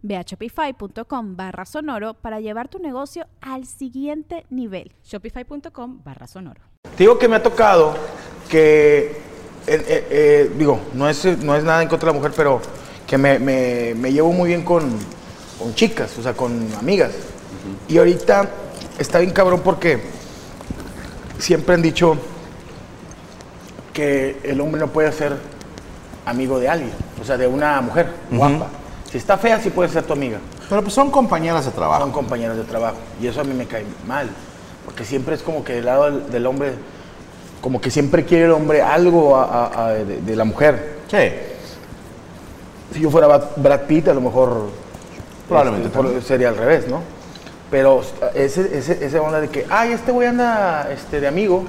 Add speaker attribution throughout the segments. Speaker 1: Ve a shopify.com barra sonoro para llevar tu negocio al siguiente nivel.
Speaker 2: Shopify.com barra sonoro.
Speaker 3: Te digo que me ha tocado que, eh, eh, eh, digo, no es, no es nada en contra de la mujer, pero que me, me- me llevo muy bien con, con chicas, o sea, con amigas. Y ahorita está bien cabrón porque siempre han dicho que el hombre no puede ser amigo de alguien, o sea, de una mujer guapa. Si está fea, sí puede ser tu amiga.
Speaker 4: Pero pues son compañeras de trabajo.
Speaker 3: Son compañeros de trabajo. Y eso a mí me cae mal. Porque siempre es como que del lado del, del hombre, como que siempre quiere el hombre algo a- a- a- de, de la mujer.
Speaker 4: Sí.
Speaker 3: Si yo fuera Brad- Brad Pitt, a lo mejor
Speaker 4: Probablemente
Speaker 3: este, por-
Speaker 4: también.
Speaker 3: sería al revés, ¿no? Pero ese, ese, esa onda de que, ay, este güey anda este, de amigo,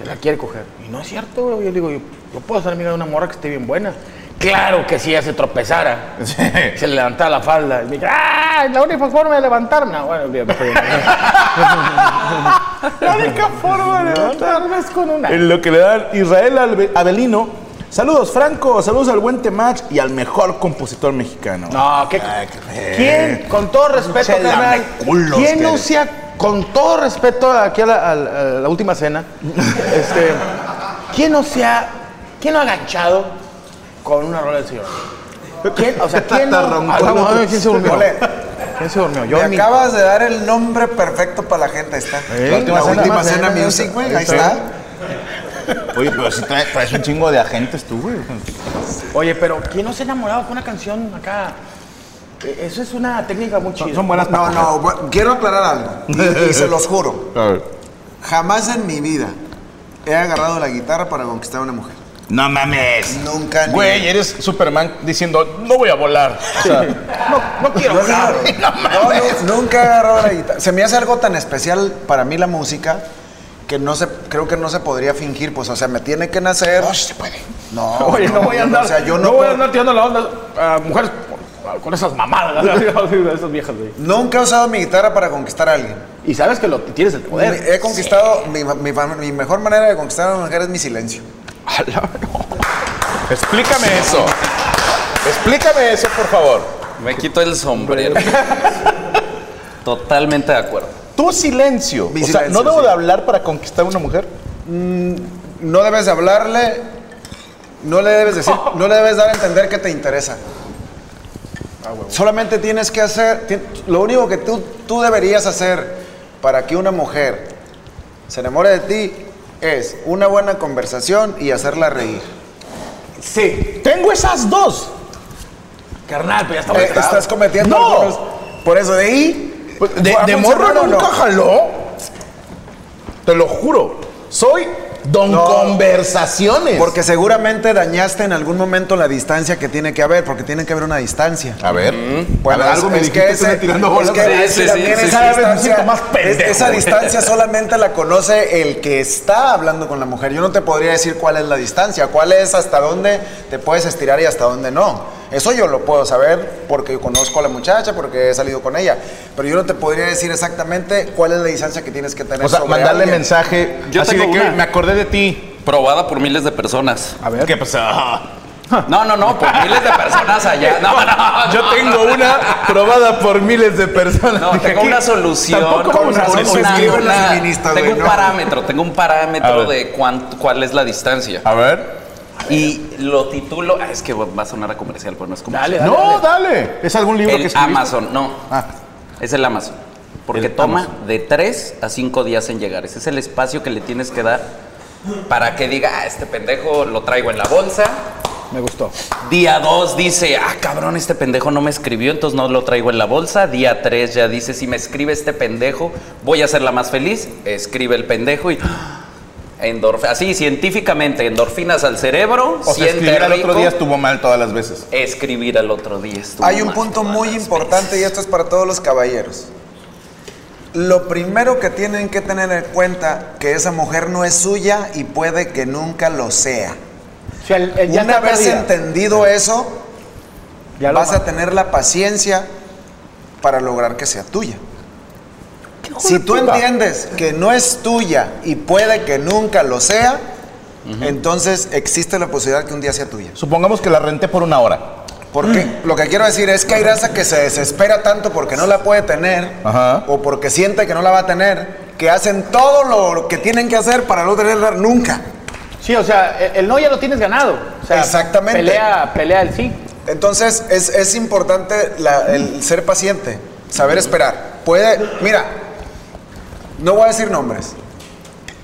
Speaker 3: se la quiere coger. Y no es cierto, güey. Yo digo, yo, yo puedo ser amiga de una morra que esté bien buena. Claro que si ella se tropezara,
Speaker 4: Sí.
Speaker 3: se le levantaba la falda. Y me dije, ¡ah! La única forma de levantarme. No, bueno, bien, pues, bien. La única forma de levantarme es con una.
Speaker 4: En lo que le dan Israel Albe- Avelino. Saludos, Franco. Saludos al buen Temach y al mejor compositor mexicano.
Speaker 3: No, ¿qué?
Speaker 4: Ay, qué-
Speaker 3: ¿Quién, con todo respeto,
Speaker 4: Che,
Speaker 3: carnal,
Speaker 4: lameculos
Speaker 3: quién
Speaker 4: que
Speaker 3: no
Speaker 4: eres.
Speaker 3: se ha, con todo respeto aquí a la, a la- a la última cena, este, quién no se ha, quién no ha agachado con una rola del señor? ¿Quién, o sea, quién no?
Speaker 4: Tatarroncón.
Speaker 3: Ah, no, mames, ¿Quién se durmió?
Speaker 5: Ole.
Speaker 3: ¿Quién se durmió?
Speaker 5: Me
Speaker 3: ni-
Speaker 5: acabas de dar el nombre perfecto para la gente, ahí está.
Speaker 3: Eh,
Speaker 5: la última,
Speaker 3: la
Speaker 5: cena,
Speaker 3: última cena,
Speaker 5: music, güey, ahí
Speaker 3: ahí
Speaker 5: está.
Speaker 4: Oye, pero si traes, traes un chingo de agentes tú, güey.
Speaker 3: Oye, pero ¿quién no se ha enamorado con una canción acá? Eh, Eso es una técnica muy chida.
Speaker 4: son buenas
Speaker 5: No, no, bu- quiero aclarar algo. Y, y se los juro. Jamás en mi vida he agarrado la guitarra para conquistar a una mujer.
Speaker 4: No mames.
Speaker 5: Nunca ni-
Speaker 4: Güey, eres Superman diciendo, no voy a volar. O sea,
Speaker 3: No quiero
Speaker 5: Yo
Speaker 3: hablar.
Speaker 5: no, no, no, nunca he agarrado la guitarra. Se me hace algo tan especial para mí la música que no se, creo que no se podría fingir, pues, o sea, me tiene que nacer. No, se puede. No,
Speaker 3: Oye, no voy a andar,
Speaker 5: O sea, yo
Speaker 3: no,
Speaker 5: no,
Speaker 3: voy
Speaker 5: puedo-
Speaker 3: a andar tirando la onda a mujeres con- con esas mamadas, esas viejas, güey.
Speaker 5: nunca he usado mi guitarra para conquistar a alguien.
Speaker 3: Y sabes que lo tienes el poder.
Speaker 5: He conquistado, mi, mi fam- mi mejor manera de conquistar a una mujer es mi silencio.
Speaker 4: explícame eso. Explícame eso, por favor.
Speaker 6: Me quito el sombrero. Totalmente de acuerdo.
Speaker 4: Tu silencio.
Speaker 5: Mi
Speaker 4: o sea,
Speaker 5: silencio,
Speaker 4: ¿no debo
Speaker 5: sí.
Speaker 4: de hablar para conquistar a una mujer?
Speaker 5: No debes de hablarle, no le debes decir, no le debes dar a entender que te interesa.
Speaker 3: Ah,
Speaker 5: Solamente tienes que hacer, ti- lo único que tú, tú deberías hacer para que una mujer se enamore de ti es una buena conversación y hacerla reír.
Speaker 3: Sí.
Speaker 4: Tengo esas dos.
Speaker 3: Carnal, pero ya
Speaker 5: Eh, estás cometiendo
Speaker 4: ¡No! Pues,
Speaker 5: algunos- Por eso de ahí.
Speaker 4: De,
Speaker 5: ¿va a
Speaker 4: de morro
Speaker 5: funcionar o no?
Speaker 4: nunca jaló. Te lo juro. Soy don
Speaker 5: No.
Speaker 4: conversaciones.
Speaker 5: Porque seguramente dañaste en algún momento la distancia que tiene que haber, porque tiene que haber una distancia.
Speaker 4: A ver.
Speaker 5: Bueno,
Speaker 4: a ver, Mm. algo
Speaker 5: es-
Speaker 4: me
Speaker 5: es
Speaker 4: dijiste
Speaker 5: que
Speaker 4: que
Speaker 5: ese-
Speaker 4: están tirando
Speaker 5: es
Speaker 4: bolas.
Speaker 5: que
Speaker 6: Sí,
Speaker 5: ese
Speaker 6: sí,
Speaker 5: también esa
Speaker 6: sí, sí,
Speaker 4: sí, me siento
Speaker 5: distancia-
Speaker 4: más pendejo.
Speaker 5: Esa distancia solamente la conoce el que está hablando con la mujer. Yo no te podría decir cuál es la distancia, cuál es hasta dónde te puedes estirar y hasta dónde no. Eso yo lo puedo saber porque conozco a la muchacha, porque he salido con ella. Pero yo no te podría decir exactamente cuál es la distancia que tienes que tener.
Speaker 4: o sea,
Speaker 5: sobre
Speaker 4: mandarle
Speaker 5: alguien.
Speaker 4: mensaje.
Speaker 6: Yo
Speaker 4: así de
Speaker 6: tengo
Speaker 4: que
Speaker 6: una.
Speaker 4: me acordé de ti. pues,
Speaker 6: Probada por miles de personas.
Speaker 4: A ver. ¿Qué pasa?
Speaker 6: No, no, no, por miles de personas allá. No, no.
Speaker 4: Yo tengo una probada por miles de personas.
Speaker 6: No,
Speaker 4: Dije,
Speaker 6: tengo
Speaker 4: aquí
Speaker 6: una solución.
Speaker 4: Tampoco
Speaker 6: con
Speaker 4: vamos a
Speaker 6: razón,
Speaker 4: poner
Speaker 5: se
Speaker 6: una-
Speaker 5: escriben
Speaker 6: una-
Speaker 5: las feministas,
Speaker 6: Tengo
Speaker 5: güey,
Speaker 6: un
Speaker 5: no.
Speaker 6: parámetro, tengo un
Speaker 4: A
Speaker 6: parámetro
Speaker 4: ver.
Speaker 6: de cuánto, cuál es la distancia.
Speaker 4: A ver.
Speaker 6: Y lo titulo. ah, es que va a sonar a comercial, pero no es comercial.
Speaker 4: No, dale. Es algún libro que
Speaker 6: El
Speaker 4: escribiste.
Speaker 6: Amazon, no.
Speaker 4: Ah.
Speaker 6: Es el Amazon. Porque
Speaker 4: El
Speaker 6: toma
Speaker 4: Amazon.
Speaker 6: de 3 a 5 días en llegar. Ese es el espacio que le tienes que dar para que diga, "Ah, este pendejo lo traigo en la bolsa.
Speaker 3: Me gustó.
Speaker 6: Día 2 dice, ah, cabrón, este pendejo no me escribió, entonces no lo traigo en la bolsa. Día 3 ya dice, si me escribe este pendejo, voy a hacerla más feliz. Escribe el pendejo y... ah, endorf- así, científicamente, endorfinas al cerebro.
Speaker 4: O sea,
Speaker 6: siente
Speaker 4: escribir al otro
Speaker 6: rico.
Speaker 4: día estuvo mal todas las veces.
Speaker 6: Escribir al otro día. estuvo
Speaker 5: Hay un
Speaker 6: mal
Speaker 5: punto
Speaker 6: todas
Speaker 5: muy
Speaker 6: las
Speaker 5: importante y
Speaker 6: veces.
Speaker 5: esto es para todos los caballeros. Lo primero que tienen que tener en cuenta que esa mujer no es suya y puede que nunca lo sea.
Speaker 3: O sea, el- el- ya
Speaker 5: Una
Speaker 3: está
Speaker 5: vez
Speaker 3: perdida.
Speaker 5: entendido eso,
Speaker 3: Ya lo
Speaker 5: vas
Speaker 3: ma-
Speaker 5: a tener la paciencia para lograr que sea tuya. Si tú entiendes que no es tuya y puede que nunca lo sea, entonces existe la posibilidad que un día sea tuya.
Speaker 4: Supongamos que la renté por una hora.
Speaker 5: Porque lo que quiero decir es que hay raza que se desespera tanto porque no la puede tener
Speaker 4: Ajá.
Speaker 5: o porque siente que no la va a tener, que hacen todo lo que tienen que hacer para no tenerla nunca.
Speaker 3: Sí, o sea, el, el no ya lo tienes ganado. O sea,
Speaker 5: Exactamente.
Speaker 3: Pelea, pelea el sí.
Speaker 5: Entonces es, es importante la- el ser paciente, saber esperar. Puede, mira, no voy a decir nombres,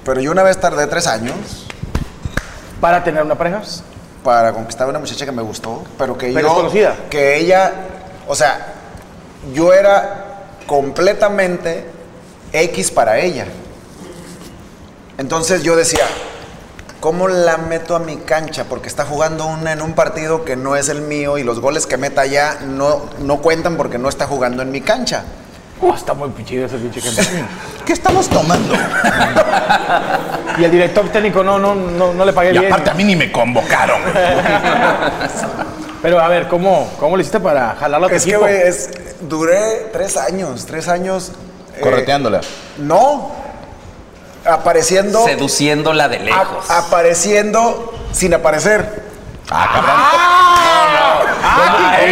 Speaker 5: pero yo una vez tardé tres años
Speaker 3: Para tener una pareja.
Speaker 5: para conquistar a una muchacha que me gustó, pero que
Speaker 3: Pero
Speaker 5: yo...
Speaker 3: desconocida.
Speaker 5: Que ella, o sea, yo era completamente X para ella. Entonces yo decía, ¿cómo la meto a mi cancha? Porque está jugando una en un partido que no es el mío y los goles que meta allá no, no cuentan porque no está jugando en mi cancha.
Speaker 3: Oh, está muy pichido ese pinche gente.
Speaker 4: ¿Qué estamos tomando?
Speaker 3: Y el director técnico no, no, no, no le pagué
Speaker 4: Y
Speaker 3: bien.
Speaker 4: aparte a mí ni me convocaron.
Speaker 3: Pero a ver, ¿cómo, cómo lo hiciste para jalarlo a tu
Speaker 5: Es que,
Speaker 3: equipo?
Speaker 5: güey, eh, es- duré tres años, tres años... eh,
Speaker 4: Correteándola.
Speaker 5: no, apareciendo...
Speaker 6: Seduciéndola de
Speaker 5: a-
Speaker 6: lejos.
Speaker 5: apareciendo sin aparecer.
Speaker 4: Ah, cabrón. ¿Cómo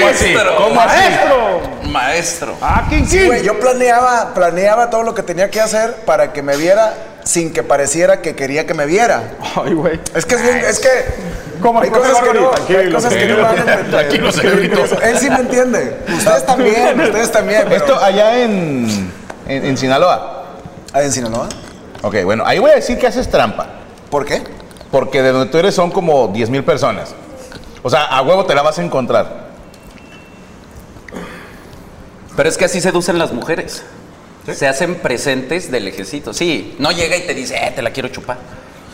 Speaker 4: así?
Speaker 6: maestro.
Speaker 4: ¿Cómo así?
Speaker 3: ¡Maestro!
Speaker 6: Maestro.
Speaker 3: ¡Ah, King King!
Speaker 5: Güey, yo planeaba, planeaba todo lo que tenía que hacer para que me viera sin que pareciera que quería que me viera.
Speaker 3: Ay, güey.
Speaker 5: Es que es bien, es que
Speaker 3: Como el
Speaker 5: hay
Speaker 3: profe
Speaker 5: cosas que
Speaker 3: Barney,
Speaker 5: no,
Speaker 3: tranquilo,
Speaker 5: hay cosas que no van a entender.
Speaker 4: Tranquilo, señorito.
Speaker 5: Él sí me entiende. Ustedes también, ustedes también. pero-
Speaker 4: Esto allá en, en, en Sinaloa.
Speaker 5: Ah, en Sinaloa?
Speaker 4: Ok, bueno, ahí voy a decir que haces trampa.
Speaker 5: ¿Por qué?
Speaker 4: Porque de donde tú eres son como 10 mil personas. O sea, a huevo te la vas a encontrar.
Speaker 6: Pero es que así seducen las mujeres. Se hacen presentes de lejecito. Sí, no llega y te dice, eh, te la quiero chupar.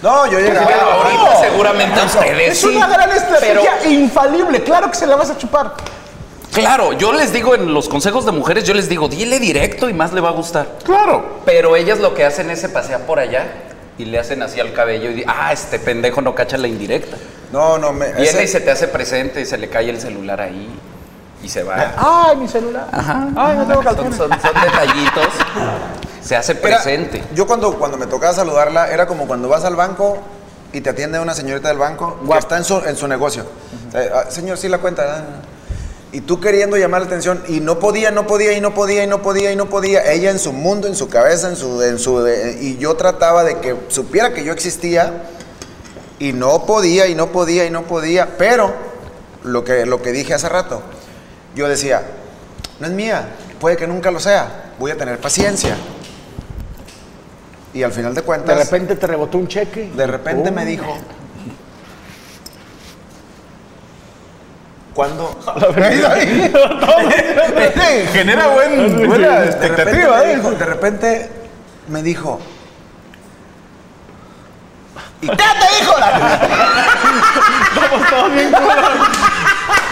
Speaker 5: No, yo llegaba.
Speaker 6: Pero ahorita seguramente a ustedes
Speaker 4: Es
Speaker 6: sí,
Speaker 4: una gran estrategia
Speaker 6: pero-
Speaker 4: infalible. Claro que se la vas a chupar.
Speaker 6: claro, yo les digo en los consejos de mujeres, yo les digo, dile directo y más le va a gustar.
Speaker 4: Claro.
Speaker 6: Pero ellas lo que hacen es se pasean por allá y le hacen así al cabello y di- ah, este pendejo no cacha la indirecta.
Speaker 5: No, no, me.
Speaker 6: Viene
Speaker 5: ese-
Speaker 6: y se te hace presente y se le cae el celular ahí y se
Speaker 5: Ah,
Speaker 6: va.
Speaker 3: ¡Ay, mi celular! ¡Ay, no tengo
Speaker 6: Son,
Speaker 3: calzones!
Speaker 6: son- son detallitos. Se hace
Speaker 5: Era-
Speaker 6: presente.
Speaker 5: yo cuando, cuando me tocaba saludarla, era como cuando vas al banco y te atiende una señorita del banco que está en su, en su negocio. Eh, ah, señor, sí la cuenta. ah, ah. Y tú queriendo llamar la atención y no podía, no podía, y no podía, y no podía, y no podía. Ella en su mundo, en su cabeza, en su... En su eh, y yo trataba de que supiera que yo existía y no podía, y no podía, y no podía. Pero lo que, lo que dije hace rato, yo decía, no es mía, puede que nunca lo sea, voy a tener paciencia. Y al final de
Speaker 3: De
Speaker 5: cuentas, de repente,
Speaker 3: repente te rebotó un cheque. Uh,
Speaker 5: me dijo,
Speaker 4: Oh.
Speaker 5: ¿cuándo?
Speaker 4: Genera buen- buena
Speaker 5: De repente,
Speaker 4: expectativa,
Speaker 5: me
Speaker 4: ¿eh?
Speaker 5: dijo, de repente me dijo,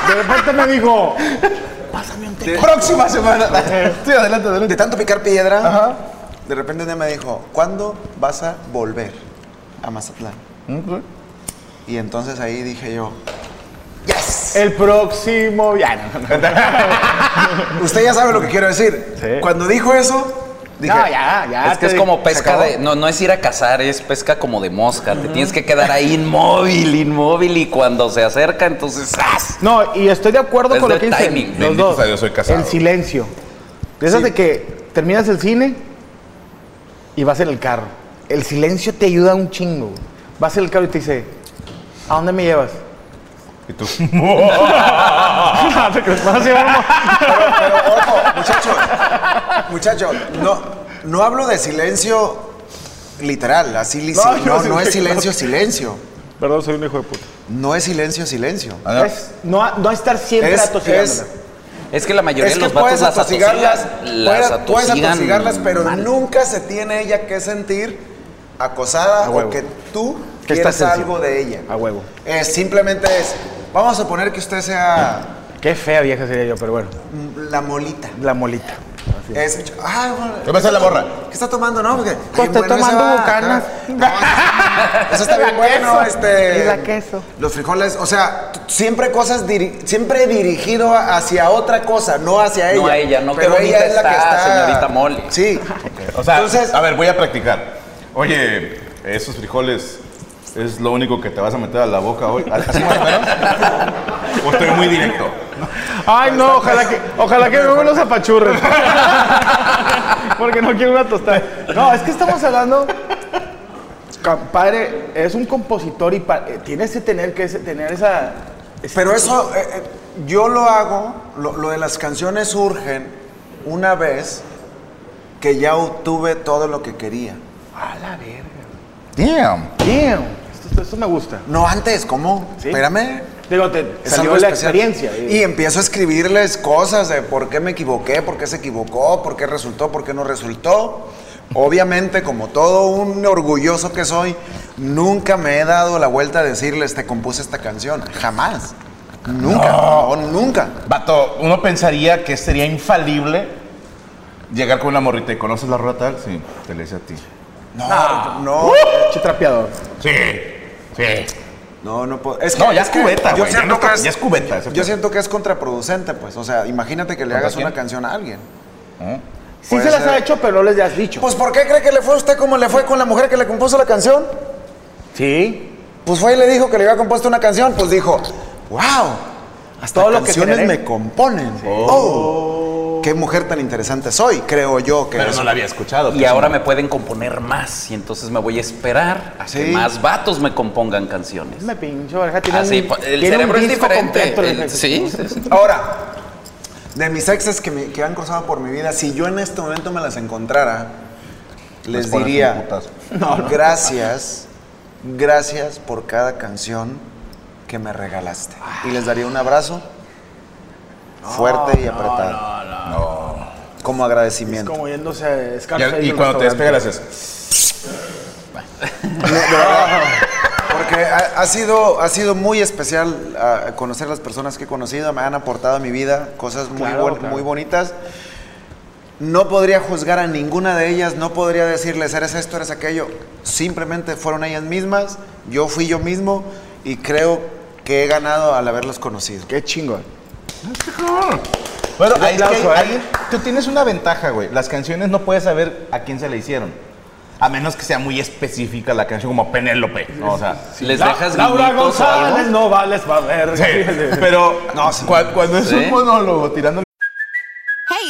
Speaker 3: De repente me dijo.
Speaker 4: Próxima semana. Sí, adelante,
Speaker 5: de
Speaker 4: adelante.
Speaker 5: tanto picar piedra,
Speaker 4: Ajá.
Speaker 5: de repente un día me dijo, ¿cuándo vas a volver a Mazatlán? Y entonces ahí dije yo, ¡Yes!
Speaker 3: El próximo. Ya, no, no, no.
Speaker 5: Usted ya sabe lo que quiero decir.
Speaker 3: Sí.
Speaker 5: Cuando dijo eso, dije,
Speaker 3: No, ya, ya.
Speaker 6: es que es
Speaker 3: te-
Speaker 6: como
Speaker 5: se
Speaker 6: pesca
Speaker 5: acabó.
Speaker 6: de. No, no es ir a cazar, es pesca como de mosca. Te tienes que quedar ahí inmóvil, inmóvil. Y cuando se acerca, entonces. ¡zas!
Speaker 3: No, y estoy de acuerdo
Speaker 6: Es
Speaker 3: con lo que
Speaker 6: del
Speaker 3: dicen
Speaker 6: timing.
Speaker 3: los
Speaker 4: Bendito
Speaker 3: dos.
Speaker 4: sea Dios, soy casado.
Speaker 3: El silencio. De esas
Speaker 5: Sí.
Speaker 3: de que terminas el cine y vas en el carro. El silencio te ayuda un chingo. güey. Vas en el carro y te dice, ¿a dónde me llevas?
Speaker 4: Y tú.
Speaker 3: ¿Te crees? Vas a llevar un-
Speaker 5: Pero ojo, muchacho, muchacho, no, no hablo de silencio literal, así li-
Speaker 3: No,
Speaker 5: no,
Speaker 3: yo
Speaker 5: no,
Speaker 3: sí
Speaker 5: es
Speaker 3: sé,
Speaker 5: silencio, silencio.
Speaker 4: Perdón, soy un hijo de puta.
Speaker 5: No es silencio, silencio.
Speaker 3: Es no, no estar siempre
Speaker 5: Es-
Speaker 3: atosigándola.
Speaker 6: Es que la mayoría
Speaker 5: Es
Speaker 6: de
Speaker 5: que
Speaker 6: los vatos
Speaker 5: puedes
Speaker 6: las
Speaker 5: atosigarlas,
Speaker 6: atosigan, las
Speaker 5: puedes, puedes
Speaker 6: atosigan
Speaker 5: atosigarlas, pero
Speaker 6: mal.
Speaker 5: nunca se tiene ella que sentir acosada
Speaker 3: A
Speaker 5: o
Speaker 3: huevo.
Speaker 5: que tú
Speaker 3: Que
Speaker 5: quieras
Speaker 3: estás
Speaker 5: algo
Speaker 3: sensible.
Speaker 5: de ella.
Speaker 3: A huevo.
Speaker 5: Eh, simplemente es, vamos a suponer que usted sea
Speaker 3: Qué fea vieja sería yo, pero bueno.
Speaker 5: mm, la molita.
Speaker 3: La molita. Así.
Speaker 5: Es, ah, bueno,
Speaker 4: ¿Qué pasa la morra?
Speaker 5: ¿Qué está tomando, no? Porque,
Speaker 3: Pues
Speaker 5: ay,
Speaker 3: estoy
Speaker 5: bueno, ese
Speaker 3: tomando
Speaker 5: va,
Speaker 3: Bucanas.
Speaker 5: ah, Eso está
Speaker 3: La
Speaker 5: bien bueno,
Speaker 3: queso.
Speaker 5: este.
Speaker 3: Y la queso.
Speaker 5: Los frijoles, o sea, t- siempre cosas, diri- siempre dirigido a- hacia otra cosa, no hacia ella.
Speaker 6: No a ella, no, qué
Speaker 5: Pero
Speaker 6: bonita
Speaker 5: ella es la que
Speaker 6: está,
Speaker 5: está,
Speaker 6: señorita Molly.
Speaker 5: Sí.
Speaker 4: O sea,
Speaker 5: Entonces-
Speaker 4: a ver, voy a practicar. Oye, esos frijoles es lo único que te vas a meter a la boca hoy. ¿Así más o menos? ¿O estoy muy directo?
Speaker 3: Ay, no, ojalá que, ojalá que me los apachurren. Porque no quiero una tostada. No, es que estamos hablando. Compadre, es un compositor y pa- eh, tienes que tener, que ese- tener esa.
Speaker 5: Pero eso, eh, eh, yo lo hago, lo, lo de las canciones surgen una vez que ya obtuve todo lo que quería.
Speaker 3: A la verga.
Speaker 4: Damn.
Speaker 3: Damn. Esto, esto- esto me gusta.
Speaker 5: No antes, ¿cómo?
Speaker 3: Sí.
Speaker 5: Espérame.
Speaker 3: Digo, te
Speaker 5: Es
Speaker 3: salió
Speaker 5: algo
Speaker 3: la
Speaker 5: especial.
Speaker 3: experiencia. eh.
Speaker 5: Y empiezo a escribirles cosas de por qué me equivoqué, por qué se equivocó, por qué resultó, por qué no resultó. Obviamente, como todo un orgulloso que soy, nunca me he dado la vuelta a decirles, te compuse esta canción. Jamás. Nunca. No, nunca.
Speaker 4: Vato, uno pensaría que sería infalible llegar con una morrita y conoces la rueda tal. Sí, te le hice a ti.
Speaker 5: No, no.
Speaker 3: Che trapeador.
Speaker 4: Sí, sí.
Speaker 5: No, no puedo. Es
Speaker 4: No, ya es
Speaker 5: que
Speaker 4: cubeta,
Speaker 5: yo
Speaker 4: güey. Ya
Speaker 5: siento
Speaker 4: no
Speaker 5: que
Speaker 4: está-
Speaker 5: es-
Speaker 4: ya es cubeta ese
Speaker 5: Yo
Speaker 4: pedo.
Speaker 5: siento que es contraproducente, pues. O sea, imagínate que le
Speaker 4: ¿Contra
Speaker 5: hagas
Speaker 4: quién?
Speaker 5: una canción a alguien.
Speaker 3: Sí
Speaker 5: Puede
Speaker 3: se las
Speaker 5: ser.
Speaker 3: ha hecho, pero no les has dicho.
Speaker 5: Pues, ¿por qué cree que le fue a usted como le fue con la mujer que le compuso la canción?
Speaker 3: sí.
Speaker 5: Pues fue y le dijo que le había compuesto una canción. Pues dijo, wow, hasta
Speaker 3: Todo lo que
Speaker 5: canciones
Speaker 3: generé".
Speaker 5: me componen. Oh, qué mujer tan interesante soy, creo yo que
Speaker 4: Pero
Speaker 5: es.
Speaker 4: no la había escuchado.
Speaker 6: Y
Speaker 4: pues,
Speaker 6: ahora
Speaker 4: no.
Speaker 6: me pueden componer más y entonces me voy a esperar a que
Speaker 5: Sí.
Speaker 6: más vatos me compongan canciones.
Speaker 3: Me pincho, oreja, tiene
Speaker 6: Así,
Speaker 3: un-
Speaker 6: Ah, el
Speaker 3: tiene un
Speaker 6: cerebro es
Speaker 3: disco
Speaker 6: diferente.
Speaker 3: completo, la
Speaker 6: El-
Speaker 3: oreja.
Speaker 6: sí, sí, sí.
Speaker 5: Ahora, de mis exes que, me- que han cruzado por mi vida, si yo en este momento me las encontrara, les
Speaker 4: pones un
Speaker 5: diría,
Speaker 4: putazo.
Speaker 5: gracias, gracias por cada canción que me regalaste. Y les daría un abrazo fuerte y apretado. Como
Speaker 3: Es
Speaker 5: agradecimiento.
Speaker 3: como yéndose a
Speaker 4: Y,
Speaker 3: Scarface
Speaker 4: al- y
Speaker 3: del
Speaker 4: cuando te
Speaker 3: restaurante.
Speaker 4: despegas, le haces.
Speaker 5: Porque ha, ha sido, ha sido muy especial ah, conocer las personas que he conocido, me han aportado a mi vida cosas muy,
Speaker 3: Claro,
Speaker 5: buen-
Speaker 3: claro.
Speaker 5: muy bonitas. No podría juzgar a ninguna de ellas, no podría decirles, eres esto, eres aquello. Simplemente fueron ellas mismas, yo fui yo mismo y creo que he ganado al haberlos conocido.
Speaker 3: Qué chingón.
Speaker 4: Bueno,
Speaker 3: Un
Speaker 4: ahí es que
Speaker 3: aplauso,
Speaker 4: hay-
Speaker 3: ¿eh?
Speaker 4: ahí tú tienes una ventaja, güey. Las canciones no puedes saber a quién se le hicieron. A menos que sea muy específica la canción, como Penélope. ¿no? O sea,
Speaker 6: ¿Les
Speaker 4: La-
Speaker 6: dejas
Speaker 3: Laura
Speaker 6: guiñitos o algo?
Speaker 3: González no vales para ver.
Speaker 4: Sí, pero cua- cuando, es
Speaker 6: Sí.
Speaker 4: un monólogo tirando
Speaker 7: Hey,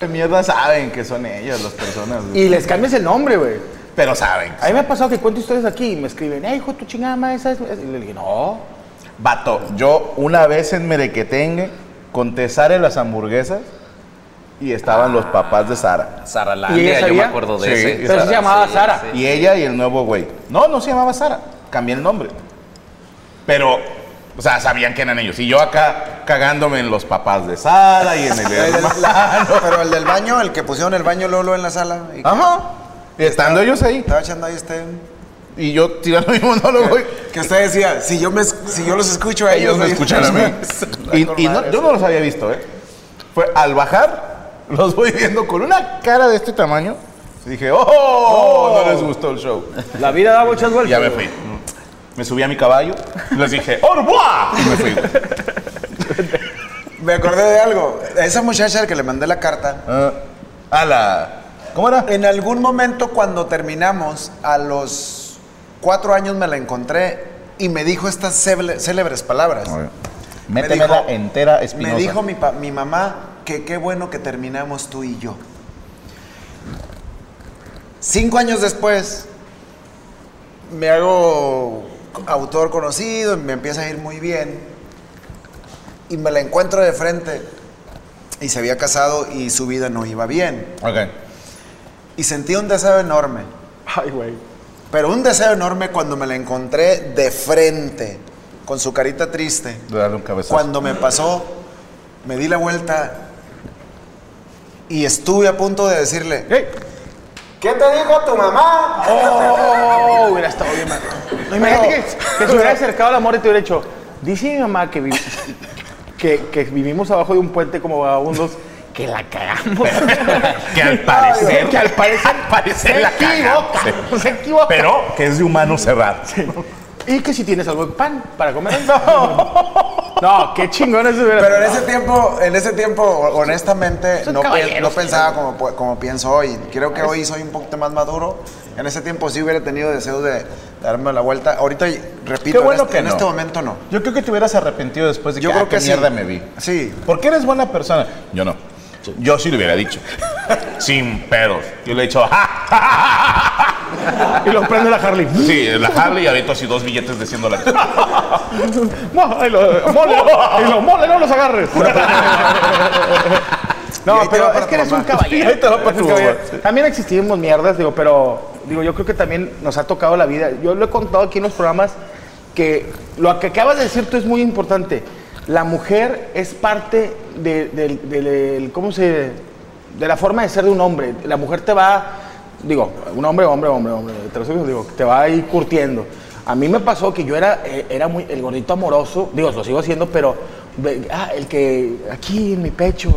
Speaker 4: de mierda saben que son ellos las personas, güey.
Speaker 3: Y les cambias el nombre, güey.
Speaker 4: pero saben.
Speaker 3: A mí me ha pasado que cuento historias aquí y me escriben, eh, hijo, tu chingada madre, esa es... es-". Y le dije, no.
Speaker 4: Vato, yo una vez en Merequetengue conté Sara y las hamburguesas y estaban los papás de Sara.
Speaker 6: Sara
Speaker 3: ¿Y ella
Speaker 6: Landia, yo me
Speaker 3: sabía?
Speaker 6: acuerdo de
Speaker 4: Sí,
Speaker 6: ese.
Speaker 4: pero sí
Speaker 3: se llamaba Sara.
Speaker 4: Y ella y el nuevo güey. No, no se llamaba Sara, cambié el nombre. Pero, o sea, sabían que eran ellos. Y yo acá cagándome en los papás de Sara y en el
Speaker 5: Pero el del,
Speaker 4: hermano.
Speaker 5: pero el del baño, el que pusieron el baño Lolo en la sala. y que
Speaker 3: Ah.
Speaker 4: Ajá. Y estando ellos ahí.
Speaker 5: Estaba echando ahí este...
Speaker 4: Y yo tirando mi monólogo. y-
Speaker 5: Que usted decía, si yo, me, es- si yo los escucho a ellos...
Speaker 4: Ellos me
Speaker 5: ellos-
Speaker 4: escuchan a mí. Y, y no- yo no los había visto, ¿eh? Fue al bajar, los voy viendo con una cara de este tamaño. Y dije, ¡oh! No les gustó el show.
Speaker 3: La vida da muchas
Speaker 4: Y
Speaker 3: vueltas.
Speaker 4: ya me fui. Me subí a mi caballo, les dije, ¡Orboa! Y me fui. güey.
Speaker 5: Me acordé de algo. Esa muchacha a la que le mandé la carta.
Speaker 4: Ah, a la. ¿Cómo era?
Speaker 5: En algún momento cuando terminamos, a los cuatro años me la encontré y me dijo estas ceble- célebres palabras.
Speaker 4: A ver.
Speaker 5: Me
Speaker 4: Métemela
Speaker 5: dijo-
Speaker 4: entera, Espinosa.
Speaker 5: Me dijo mi, pa- mi mamá que qué bueno que terminamos tú y yo. Cinco años después, me hago autor conocido y me empieza a ir muy bien. Y me la encuentro de frente. Y se había casado y su vida no iba bien.
Speaker 4: Ok.
Speaker 5: Y sentí un deseo enorme.
Speaker 3: Ay, güey.
Speaker 5: Pero un deseo enorme cuando me la encontré de frente, con su carita triste.
Speaker 4: De darle un cabezazo.
Speaker 5: Cuando me pasó, me di la vuelta y estuve a punto de decirle,
Speaker 3: ¡Ey!
Speaker 5: ¿qué te dijo tu mamá?
Speaker 3: ¡Oh! Hubiera estado bien, man. No, imagínate que, que se hubiera acercado la morra y te hubiera dicho, dice mi mamá que, vi- que, que vivimos abajo de un puente como vagabundos, que la cagamos.
Speaker 4: Que al parecer-
Speaker 3: que al parecer,
Speaker 4: al parecer
Speaker 3: se
Speaker 4: la
Speaker 3: equivoca,
Speaker 4: cagamos.
Speaker 3: se equivoca.
Speaker 4: Pero que es de humano cerrar.
Speaker 3: Y que si tienes algo de pan para comer. No, no qué chingón es hubiera
Speaker 5: Pero en
Speaker 3: estado.
Speaker 5: ese tiempo, en ese tiempo, honestamente,
Speaker 3: Son
Speaker 5: no, pe-
Speaker 3: caballeros,
Speaker 5: no pensaba como, pu- como pienso hoy. Creo que hoy soy un poquito más maduro. En ese tiempo sí hubiera tenido deseos de darme la vuelta. Ahorita, repito, en
Speaker 4: bueno
Speaker 5: este-
Speaker 4: que
Speaker 5: en
Speaker 4: no.
Speaker 5: este momento no.
Speaker 4: Yo creo que te hubieras arrepentido después de
Speaker 5: Yo
Speaker 4: que,
Speaker 5: creo
Speaker 4: ah,
Speaker 5: que
Speaker 4: qué
Speaker 5: sí.
Speaker 4: mierda me vi.
Speaker 5: Sí.
Speaker 4: Porque eres buena persona. Yo no. Yo sí lo hubiera dicho. Sin pedos. Yo le he dicho, ¡ja, ja, ja, ja, ja".
Speaker 3: Y lo prende la Harley.
Speaker 4: Sí, la Harley y ahorita así dos billetes de 100 dólares.
Speaker 3: Mo- Y los mole, y los mole, no los agarres.
Speaker 5: Y
Speaker 3: No,
Speaker 5: ahí te
Speaker 3: pero
Speaker 5: va para
Speaker 3: es que
Speaker 5: tu
Speaker 3: eres un
Speaker 5: mamá.
Speaker 3: caballero.
Speaker 4: Ahí te va para
Speaker 3: Eres un
Speaker 4: tu mamá.
Speaker 3: caballero. También existimos mierdas, digo, pero digo, yo creo que también nos ha tocado la vida. Yo lo he contado aquí en los programas que lo que acabas de decir tú es muy importante. La mujer es parte de, del- del- del- ¿cómo se? de la forma de ser de un hombre. La mujer te va, digo, un hombre, hombre, hombre, hombre, heterosexual, digo, te va a ir curtiendo. A mí me pasó que yo era, eh, era muy el gordito amoroso, digo, lo sigo haciendo, pero ve- ah, el que aquí en mi pecho,